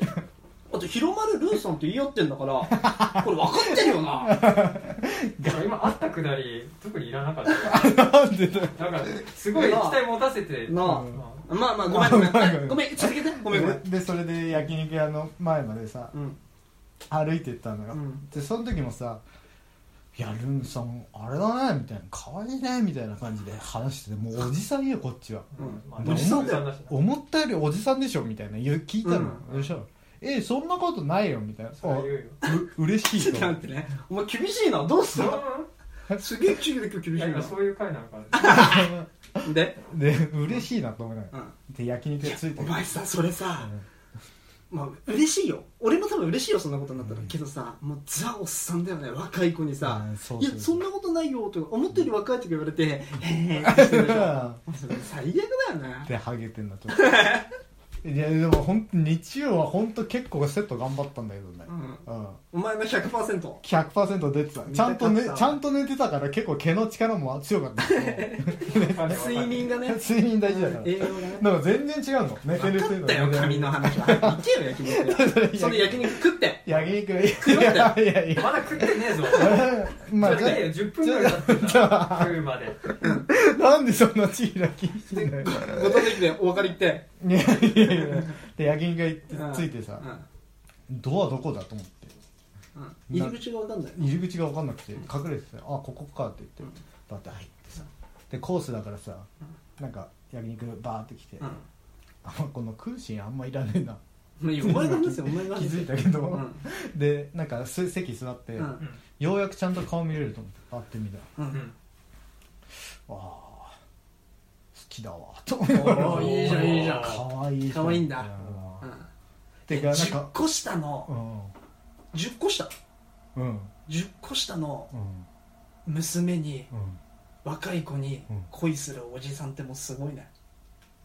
あと広丸ルーさんって言い合ってんだからこれ分かってるよ [laughs] な
なんか今あったくだり特にいらな
[laughs]
かった
なんでだよ
なんかすごい期待持たせて
なあ
うん
ま
まあまあごめんごめん
ごめん
はいごめん続けてごめんごめん
ででそれで焼肉屋の前までさ
うん
歩いてったのよ、
うん
でその時もさ「いやルンさんあれだね」みたいな「かわいいね」みたいな感じで話しててもうおじさんよこっちは
あ
うん
ま
で
あ
おじさんだ
お
よ
しな
思ったよりおじさんでしょみたいな言う聞いたの、
う
よっしゃえそんなことないよみたいな
それは言うよ
あう嬉し
ち
い
ょ [laughs] っ
と
と待ってねお前厳しいなどうすんのすげえ中で今日厳し
ないんかそういう回なのかな
なで、
で嬉しいなと思いなが
う
ら
ん、
で焼肉屋ついて
お前さそれさ、
うん
まあ嬉しいよ俺も多分嬉しいよそんなことになったら、けどさもうザおっさんだよね若い子にさ
うんそう
い
そう
やそんなことないよ」とか思ったより若いとか言われ [laughs] て「へえ」って言ってるでしょもうそれ最悪だよね
でハゲてんだちょっいやでも本当日曜は本当結構セット頑張ったんだけどね
うん
うん
お前の100% [laughs]
100%出てたちゃんと、ね、ちゃんと寝てたから結構毛の力も強かった
[laughs] 睡眠がね
睡眠大事だから
栄養がね
なんか全然違うの
[laughs]
寝て
分
る
か
睡
ったよ髪の話は行けよ焼肉 [laughs] 屋その焼肉食って
焼肉
う
い
んだ
やいやいや
まだ食ってねえぞ
[laughs] まあじ
じゃ
ゃ
あねえよ10分ぐらい経ってた [laughs] 食うまで
あなんでそんなチーラ気にしてんのよ
ご当席でお別れ行って
いやいやいやで焼肉屋行ってついてさ
う
ドアどこだと思って
んうん入り口が分かんない
入り口が分かんなくて隠れてて「あここか」って言ってバーって入ってさでコースだからさなんか焼肉バーって来て
うん
あこの空心あんまいらねえな
まあいいよお前なんですよお前が
気づいたけど、
うん
でなんかす席座って、
うん
ようやくちゃんと顔見れると思って会ってみたら
う
うんん
あー好きだわと思いながら
おーいいじゃんいいじゃん
かわいい
可愛いんだ
う
うん
ん
で
てかなん
10
か
個下の
うん
10個下
うん
10個下の
うん
娘に
うん
若い子に
うん
恋するおじさんってもうすごいね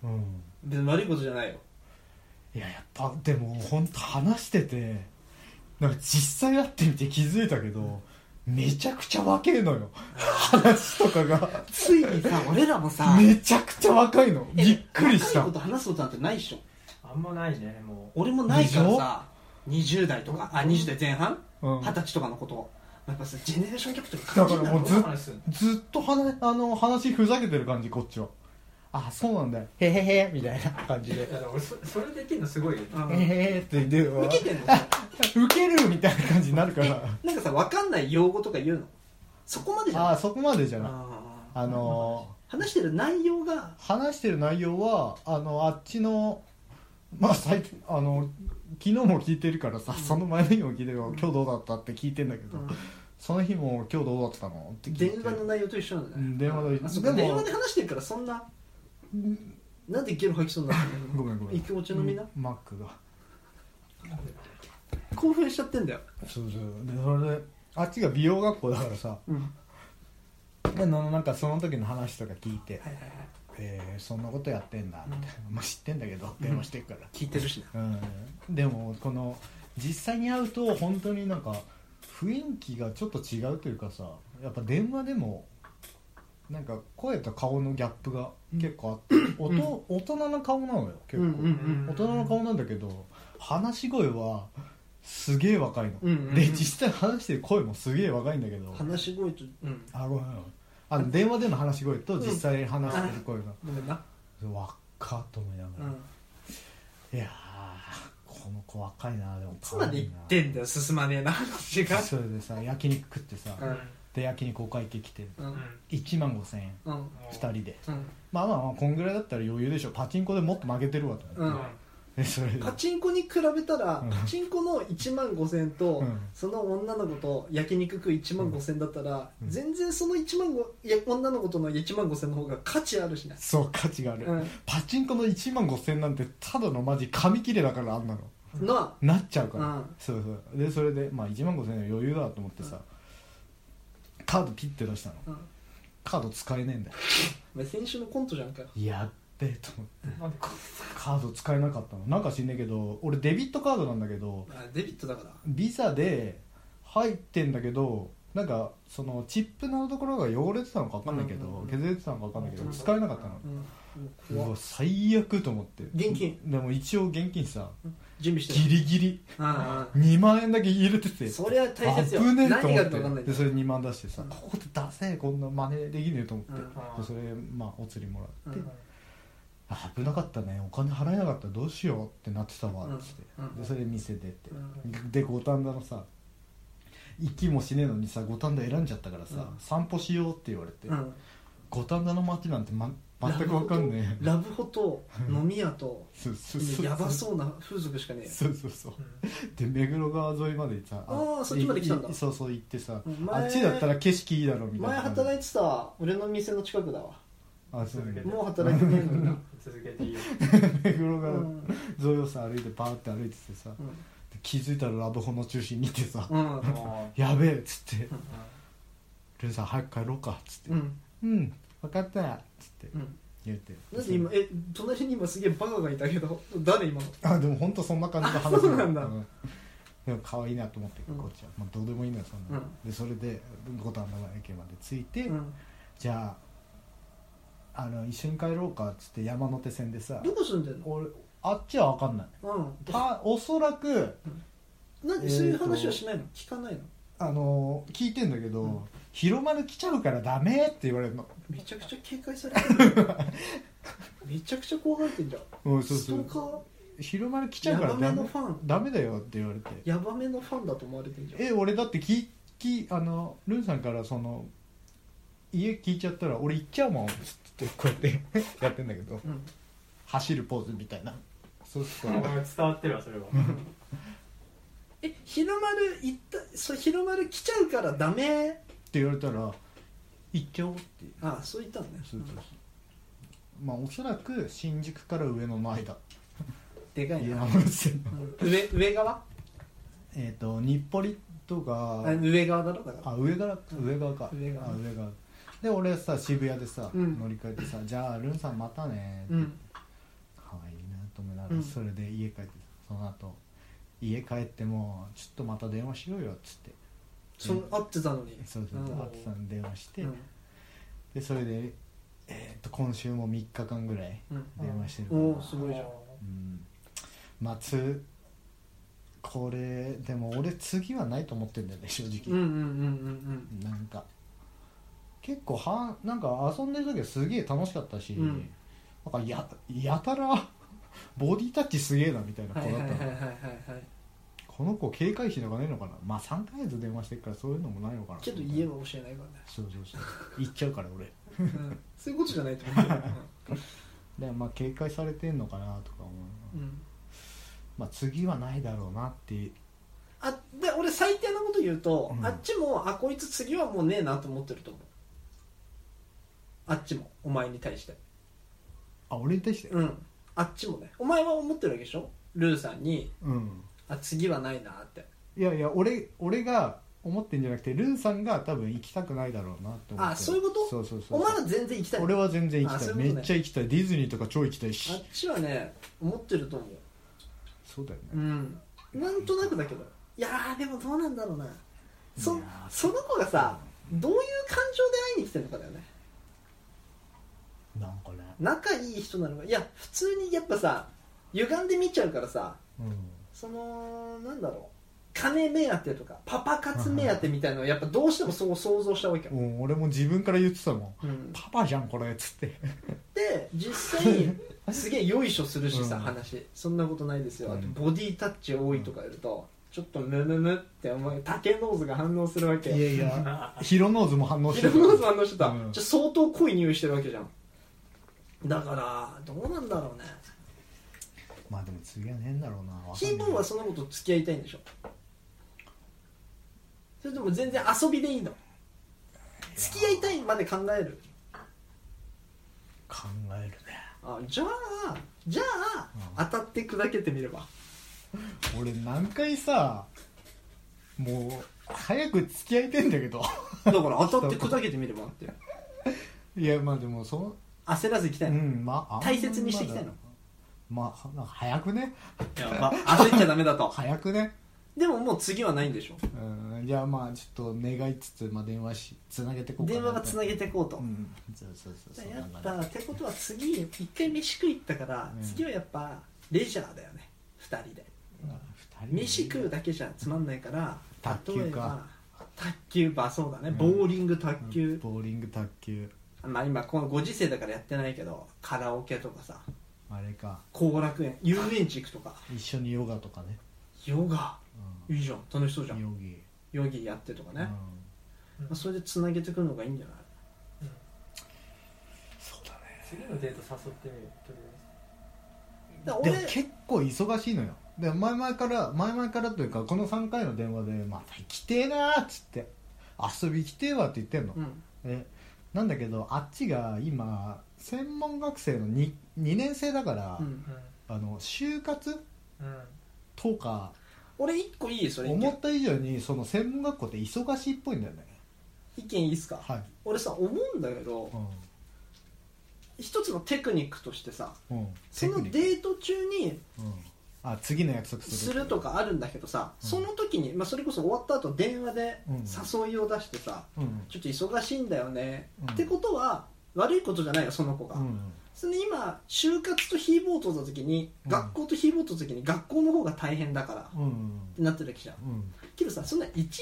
うん
別に悪いことじゃないよ
いややっぱでも本当話しててなんか実際会ってみて気づいたけどめちゃくちゃ若いのよ話とかが
[laughs] ついにさ俺らもさ
めちゃくちゃ若いの
え
びっくりした
若いこと話すことなんてないでしょ
あんまないねも
俺もないからさ20代とかあ20代前半
うん
二十歳とかのことをやっぱさジェネレーションギャップとか
だ
感
か
じ
ら
るんだ
も
ろ
うず
う話すんの
ずっと話あの話ふざけてる感じこっちはあそうなんだよへへへみたいな感じで
だから俺そそれできるのすごいよね
うん
へへへってで
受けてんのさ
ウケるみたいな感じになるから
なんかさ分かんない用語とか言うのそこまでじゃない
ああそこまでじゃない
あー
あの
話してる内容が
ー話してる内容はあのあっちのまあ最近あの昨日も聞いてるからさ、その前の日も聞いてるから今日どうだったって聞いてんだけど、その日も今日どうだったのって聞いて
電話の内容と一緒なんだ
う
ね
ん電話の
あそっか
でも
電話で話してるからそんななんでゲロ吐きそうになってん
ご
の
めんごめん
いい気持ちのみな
マックが
興奮しちゃってんだよ
そうそうでそれであっちが美容学校だからさでのなんかその時の話とか聞いて
はいはいはい
「えー、そんなことやってんだ」みたいな、まあ知ってんだけど電話してるから、
聞いてるしな
うんでもこの実際に会うと本当になんか雰囲気がちょっと違うというかさやっぱ電話でもなんか声と顔のギャップが結構あって、おと大人の顔なのよ結構、
うんうん
大人の顔なんだけど話し声はすげえ若いの、
うんうんうん
で実際話してる声もすげえ若いんだけど
話し声とうん
あごめんあの電話での話し声と実際に話してる声が、
ごめんな
若っと思いなが
う
ら、
ん
いやーこの子若いなでも
いつまで言ってんだよ進まねえな話が
それでさ焼肉食ってさ、
うん
で焼肉お会計来て
うんうん
1万5000円
うん
2人で
うん
まあまあまあこんぐらいだったら余裕でしょパチンコでもっと負けてるわと
う
思って、
ん
でそれで
パチンコに比べたら、
うん
パチンコの1万5000円と、
うん
その女の子と焼肉食う1万5000円だったら、
うん
全然その1万5いや女の子との1万5000円の方が価値あるしね、
そう価値がある、
う
パチンコの1万5000円なんてただのマジ紙切れだからあんなの
ん、な
なっちゃうから、
うん
そうそうでそれで、まあ、1万5000円の余裕だと思ってさ、カードピッて出したの
あ、うん
カード使えねえんだよ
お前先週のコントじゃんかよ
やっべえと思って
なんでこ
カード使えなかったのなんか知んねえけど俺デビットカードなんだけど
あデビットだから
ビザで入ってんだけどなんかそのチップのところが汚れてたのか分かんないけど、
うんうんうん
削れてたのか分かんないけど使えなかったの、
うんもう
う
怖
わ
っ
最悪と思って
現金
でも一応現金さ
準備して
ギリギリ
うんうん
2万円だけ入れてて
それは大切よ
危ね
何
え
があ
と思
るか分かんな
っ
い
てでそれ2万出してさ、
うん
ここで出せこんな真似できねえと思って、
うん
でそれまあお釣りもらって、
うん
あ危なかったねお金払えなかったらどうしようってなってたわ
うん
っつって、
うん
でそれで店出て、
う
で五反田のさ行きもしねえのにさ五反田選んじゃったからさ、
うん
散歩しようって言われて、
うん
五反田の街なんて、ま、全く分かんね [laughs] え
ラブホと飲み屋と
そうそうそう
やばそうな風俗しかねえよ
そうそうそうで目黒川沿いまでさ
あーそっちまで来たんだ
いいそうそう行ってさ
うん前
あっちだったら景色いいだろみたい
前
な
働いてた俺の店の近くだわ
あそうなんだ
もう働いてねえのにな、
続けていいよ
目黒
う
川
ん
沿いをさ歩いてバーって歩いててさで気づいたらラブホの中心にいてさ
うんうん
も
「やべえ」っつって
うん
「ルンさん早く帰ろうか」っつって
うん
「うん分かった」っつって
うん
言ってる
なんで今え隣に今すげえバカがいたけど誰今の
[laughs] あでも本当そんな感じの話
あそうなんだ
でも可愛いなと思って
うん
こっちは、まあ、どうでもいいのよそんなの、
うん
でそれで五反田駅まで着いて、
うん
じゃああの一緒に帰ろうかっつって山手線でさ
どこ住んでんの
俺あっちは分かんない
うん
たおそらく
なんでそういう話はしないの聞かないの
あの聞いてんだけど、
うん
広まる来ちゃうからダメって言われるの
めちゃくちゃ警戒されてるめちゃくちゃ怖がってんじゃん
うんそう
スト
そう
ーカー
広まる来ちゃ
ヤ
うから
バめ
ダメ
のファン
ダメだよって言われて
ヤバめのファンだと思われてんじゃん
え俺だってききあのルンさんからその家聞いちゃったら俺行っちゃうもんっつってこうやって [laughs] やってんだけど
うん
走るポーズみたいなそうする
伝
と
わってるわそれは
え日の丸行ったそう日の丸来ちゃうからダメ
って言われたら行っちゃおうって
あそう言ったんだね
そうそうそうまあおそらく新宿から上野の間
でかいな、
山手線の
うん上上側
えっと日暮里とか
あ上側だろだから
あ上側上側か
上側
あ上側で俺さ渋谷でさ、
うん
乗り換えてさ「じゃあルンさんまたね」って
うん
可愛いなと思いなが
う
ら
ん
それで家帰ってその後家帰ってもちょっとまた電話しろよっつって
その合ってたのに
そうそう
うん
あつさんに電話して、
うん
でそれでえーっと今週も3日間ぐらい
うん
電話してるから、
おおすごいじゃん
うんまあつこれでも俺次はないと思ってんだよね正
うん
直、
うんうん
なんか結構はなんか遊んでる時はすげえ楽しかったし、
うん
なんかややたらボディタッチすげえなみたいな
うんうん
子
は
だっ
い
たの、
はいはいはいはいはい
この子警戒心とかないのかなまあ3ヶ月電話してるからそういうのもないのかな
けど家は教えないか
そうそうそう行っちゃうから俺
らね、うん、そういうことじゃないと思うよ、
でまあ警戒されてんのかなとか思う、
うんうん
まあ次はないだろうなって
あで俺最低なこと言うと、
うん
あっちもあこいつ次はもうねえなと思ってると思うあっちもお前に対して
あ俺に対して
うんあっちもねお前は思ってるわけでしょルーさんに
うん
あ次はないなって
いやいや俺俺が思ってんじゃなくてルンさんが多分行きたくないだろうなって思って
あそういうこと
そうそうそう
お前は全然行きたい
俺は全然行き
あ
た
そう
い
いうことね
めっちゃ行きたいディズニーとか超行きたい
あ
し
っちはね思ってると思う
そうだよ
う
ね
んなんとなくだけどいやーでもどうなんだろうないそ
やー
その子がさどういう感情で会いに来てるのかだよね
なんかね
仲いい人なのかいや普通にやっぱさ歪んで見ちゃうからさ
うん
そのなんだろう金目当てとかパパ活目当てみたいなのをやっぱどうしてもそう想像したわけよ、
うん俺も自分から言ってたもん
うん、
パパじゃんこれっつって
で実際にすげえよいしょするしさ、
うん
話そんなことないですよあと
うん
ボディタッチ多いとかやると、ちょっとムムムってお前竹ノーズが反応するわけ
いやいやヒロノーズも反応し
ヒ
て
ロ
る
ノーズ反応してた、
うん
じゃあ相当濃い匂いしてるわけじゃんだからどうなんだろうね
まあでも次はねえんだろうなわか
ヒ
んない
ーボーはその子と付き合いたいんでしょそれとも全然遊びでいいの付き合いたいまで考える
考えるね
あじゃあじゃあ、当たって砕けてみれば
俺何回さもう早く付き合いてんだけど
だから当たって砕けてみればって
いやまあでもそ
焦らず行きた
う
いうの、
んまああんま
大切にしていきたいの
まあなんか早くね
やば焦っちゃダメだと
早くね
でももう次はないんでしょ
うんじゃあまあちょっと願いつつ、まあ、電話しつなげてこうかな
電話はつなげていこうと、
うんそうそうそうそう
やっ
な
ぱ
んか
ってことは次一回飯食い行ったから、
うん
次はやっぱレジャーだよね2人で
まあ二人で
飯食うだけじゃつまんないから
卓球か
例えば卓球場そうだね、
うん
ボーリング卓球、
ボーリング卓球
まあ今このご時世だからやってないけどカラオケとかさ
あれか
後楽園遊園地行くとか
一緒にヨガとかね、
ヨガ
う
いいじゃん楽しそうじゃ
ん、
ん
ヨギ、
ヨギやってとか
う
ね、
ん
ま、あ、それでつなげてくるのがいいんじゃない
そうだね
次のデート誘ってみると
で
だ
り
俺
も結構忙しいのよで前々から前々からというかこの3回の電話で「また行きてえな」っつって「遊び行きてえわ」って言ってんの、
うん
えなんだけどあっちが今専門学生の 2, 2年生だから、
うん、
あ
あの就活
えずうんうん
とか
俺一個いいそれ意
思
見
った以上にその専門学校って忙しいっぽいんだよね
意見いいっすか
はい、
俺さ思うんだけど
うん、
一一つのテクニックとしてさ
うん
その
テ
デ
クニッ
ート中に
クうんあ次の約束す
す
る
るとかあるんだけどさ、
うん
その時に、まあ、それこそ終わった後電話で
うん
誘いを出してさ、
うん
ちょっと忙しいんだよね、
うん
ってことは悪いことじゃないよその子が、
うん
それで今就活と非暴走の時に、
うん
学校と非暴走の時に学校の方が大変だからっ
うん
てなってるわけじゃん
うん
けどさそんな一日休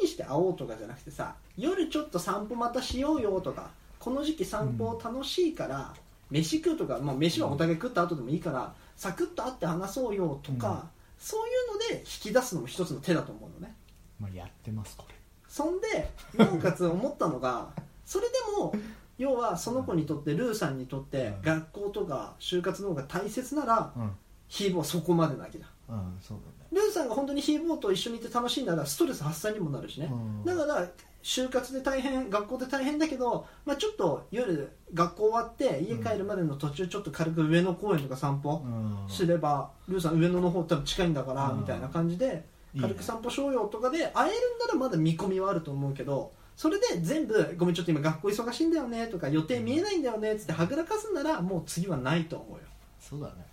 みにして会おうとかじゃなくてさ夜ちょっと散歩またしようよとかこの時期散歩楽しいから、飯食うとか、まあ、飯はお互い食った後でもいいからサクッと会って話そうよとか、
うん
そういうので引き出すのも一つの手だと思うのね
まあやってますこれ
そんでなおかつ思ったのが [laughs] それでも要はその子にとってルーさんにとって
うん
学校とか就活の方が大切なら
うん
ヒーボーはそこまでなわけだ
うんそう
ルーさんが本当にヒーボーと一緒にいて楽しいならストレス発散にもなるしね、
だねうん
だから就活で大変学校で大変だけど、まあ、ちょっと夜学校終わって家帰るまでの途中ちょっと軽く上野公園とか散歩
うん
すれば、ルーさん上野の方多分近いんだから
うん
みたいな感じで
いいね
軽く散歩しようよとかで会えるんならまだ見込みはあると思うけどそれで全部「ごめんちょっと今学校忙しいんだよね」とか「予定見えないんだよね」っつってはぐらかすんならもう次はないと思うよ。
そうだね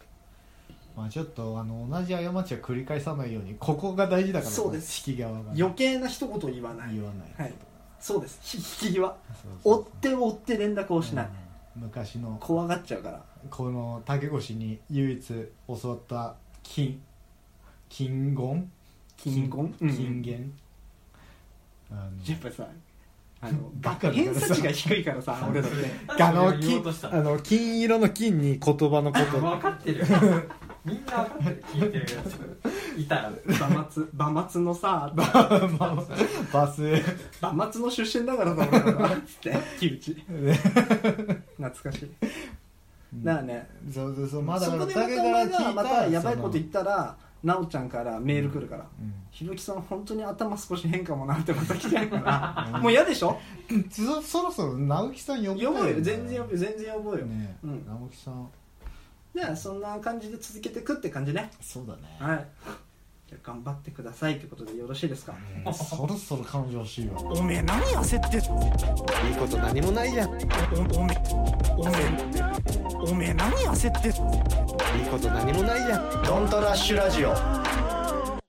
まあちょっとあの同じ過ちを繰り返さないようにここが大事だから
そうです
引き側がね
余計な一言を言わない
言わない
はいそうですひ引き際
そうそう
追って追って連絡をしない、
うん昔の
怖がっちゃうから
この竹越に唯一教わった金金言
金言
金言あ
やっぱさあの
バカだから
偏
さ
差値が低いからさ俺らって
のあ
言
の
お
金
うとした
あの金色の金に言葉のこ
[laughs] 分
と
かってるよみんな分かってる聞いてるやついたら
馬松馬松のさ
バス
馬松の出身だからさ俺らはつって木内懐かしいだからね
そうそうそうまだ
そこでまた
竹
お
から
前
聞
が
い
またやばいこと言
そ
ったら奈緒ちゃんからメール来るから
のうん
ひろきさん本当に頭少し変かもなってまた来ちゃうからもう嫌でしょ
そそろそろ直樹さん呼ぶ
呼ぼうよ全然呼ぼうよ全然呼ぼうよ
ねえ
うん
直樹さん
じゃあそんな感じで続けてくって感じね
そうだね
はいじゃあ頑張ってくださいってことでよろしいですか
うんそろそろ彼女欲しいわ
おめえ何焦って
いいこと何もないじゃんいい
おめおめおめえ何焦って
こと何もないじゃん
ドントラッシュラジオ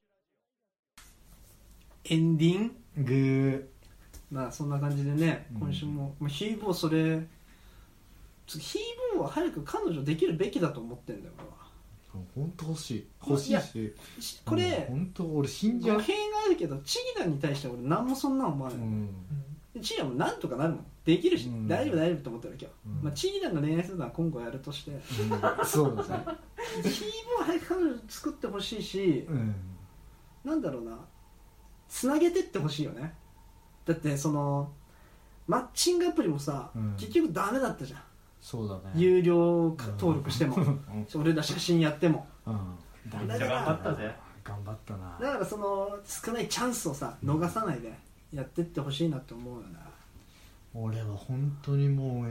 エンディング
グー
まあそんな感じでね
うん
今週も、まあ、ヒーボーそれちょヒーボーは早く彼女できるべきだと思ってんだよ俺は
本当欲しい欲しいし
しこれ
本当俺死んじゃ
語
う
弊があるけどチギラに対して俺何もそんな思わな
う
い、
ん
でチギラもなんとかなるもんできるし、
うん
大丈夫大丈夫と思ってるわけよ、
うん
まあ、チギラの恋愛相談は今後やるとしてヒー
うんそうですね
ボーは早く彼女作ってほしいし、
うん
なんだろうなつなげてってほしいよねだってそのマッチングアプリもさ、
うん
結局ダメだったじゃん
そうだね
有料か登録しても、俺ら写真やっても
うんだ
めっちゃ頑張ったぜ
頑張ったな
だからその少ないチャンスをさ逃さないでやってってほしいなって思うよな
俺は本当にも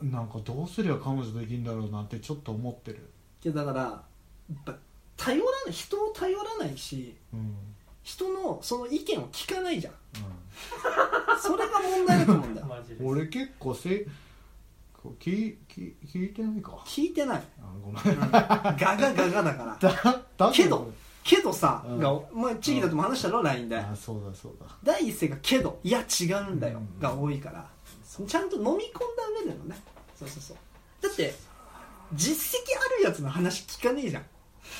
うなんかどうすりゃ彼女できるんだろうなってちょっと思ってる
けどだからやっぱ頼らない人を頼らないし
うん
人のその意見を聞かないじゃん
うん
それが問題だと思
[laughs]
うんだよ
マジで
俺結構せこう聞い聞い聞いてないか
聞いてない
あごめん [laughs]
ガガガガだから
だだ
けどけどさ、
うん
がお前チギだとも話したろ LINE で、
あそうだそうだ
第一声が「けど」「いや違うんだ
う」
よ
ん
が多いからちゃんと飲み込んだ上でのねそうそうそうだって実績あるやつの話聞かねえじゃん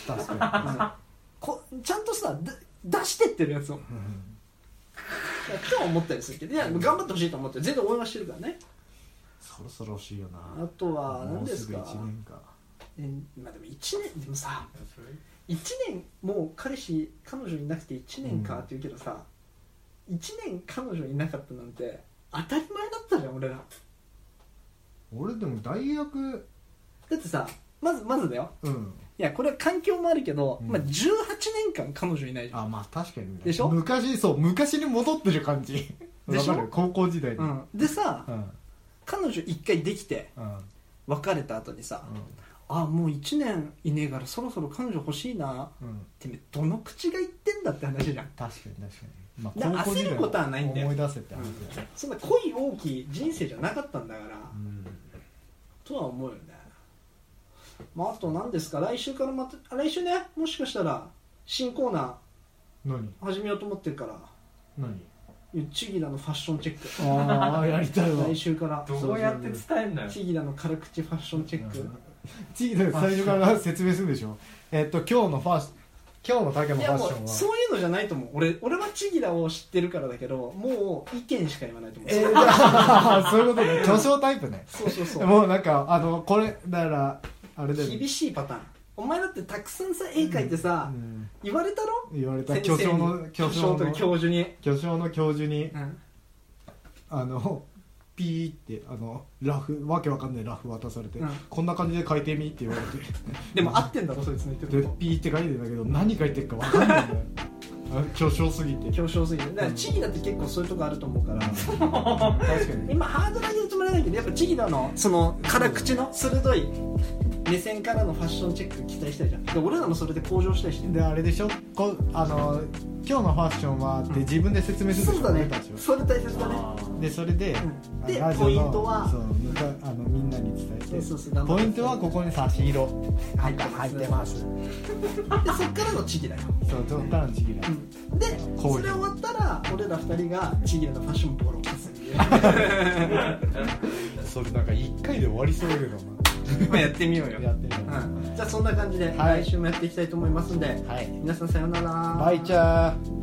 確か
こちゃんとさだ出してってる
[laughs]
やつを [laughs]
に、うん
とは思ったりするけどいや頑張ってほしいと思って全然応援はしてるからね
そろそろ欲しいよな
あとは
も
何
う
ですす
ぐ
か
1年か
えまあでも1年でもさ1年もう彼氏彼女いなくて1年かって言うけどさ、一1年彼女いなかったなんて当たり前だったじゃん俺ら
俺でも大学
だってさまずまずだよ
うん
いやこれは環境もあるけど、
うん
まあ、18年間彼女いないじゃん、
あまあ確かにね
でしょ
昔そう昔に戻ってる感じ
でしょ
わかる高校時代に
う
うん
ん、でさ、
うん
彼女1回できて
うん
別れた後にさ、あもう1年いねえからそろそろ彼女欲しいな
うん
ってめどの口が言ってんだって話じゃん
確かに確かに、ま
だから焦ることはないんだよ
思い出せって話だよね
そんな恋多き人生じゃなかったんだから
うん
ととは思うよねまああと何ですか来週からまたあ来週ねもしかしたら新コーナ
何
ー始めようと思ってるから
何
ゆチギラのファッションチェック
ああやりたいわ
来週から
どうやって伝えんのよ
チギラの辛口ファッションチェック
次最初から説明するんでしょえっと今日のファッシ今日の竹のフ
いや
ァッ
も
シ
う
ョンは
そういうのじゃないと思う俺俺はチギラを知ってるからだけどもう意見しか言わないと思う、
えー [laughs] そういうことね巨匠タイプね
そうそうそう
もうなんかあのこれだからあれだよね
厳しいパターンお前だってたくさんさ絵描いてさ、
うん
言われたろ
言われた
先
巨
生
匠
に
の巨匠
という
の
教授に、
巨匠の教授に
うん
あのピーってあのラフわけわかんないラフ渡されて、
うん
こんな感じで書いてみって言われて
でも合ってんだろそいつの言って
で
ること
ピーって書いてんだけど何書いてるかわかんないんだよあ巨匠す
[laughs]
ぎて
表彰すぎてだからチギラって結構そういうとこあると思うから
確かに
今ハードル上げるつもりはないけどやっぱチギラのその辛口の鋭い目線からのファッションチェック期待したいじゃんで俺らもそれで向上したいしね
であれでしょこあの今日のファッションはって自分で説明する
そうだね
俺たちは
それ大切だね
あー
でそれで、
うん
あ
で
ラジオの
ポイントは
そうむかあのみんなに伝えて
そうそうそう頑張っ
ポ
て
イントはここに差し色
入ってますでそっからのチギラよ
そうそっからのちぎら
で
こういう
それ終わったら俺ら二人がチギラのファッションボロカスに
それなんか1回で終わりそうだけど
[laughs] まあやってみようよ
やってみよう
うんじゃあそんな感じで
はい
来週もやっていきたいと思いますんで、
はい
皆さんさようなら
バイチャー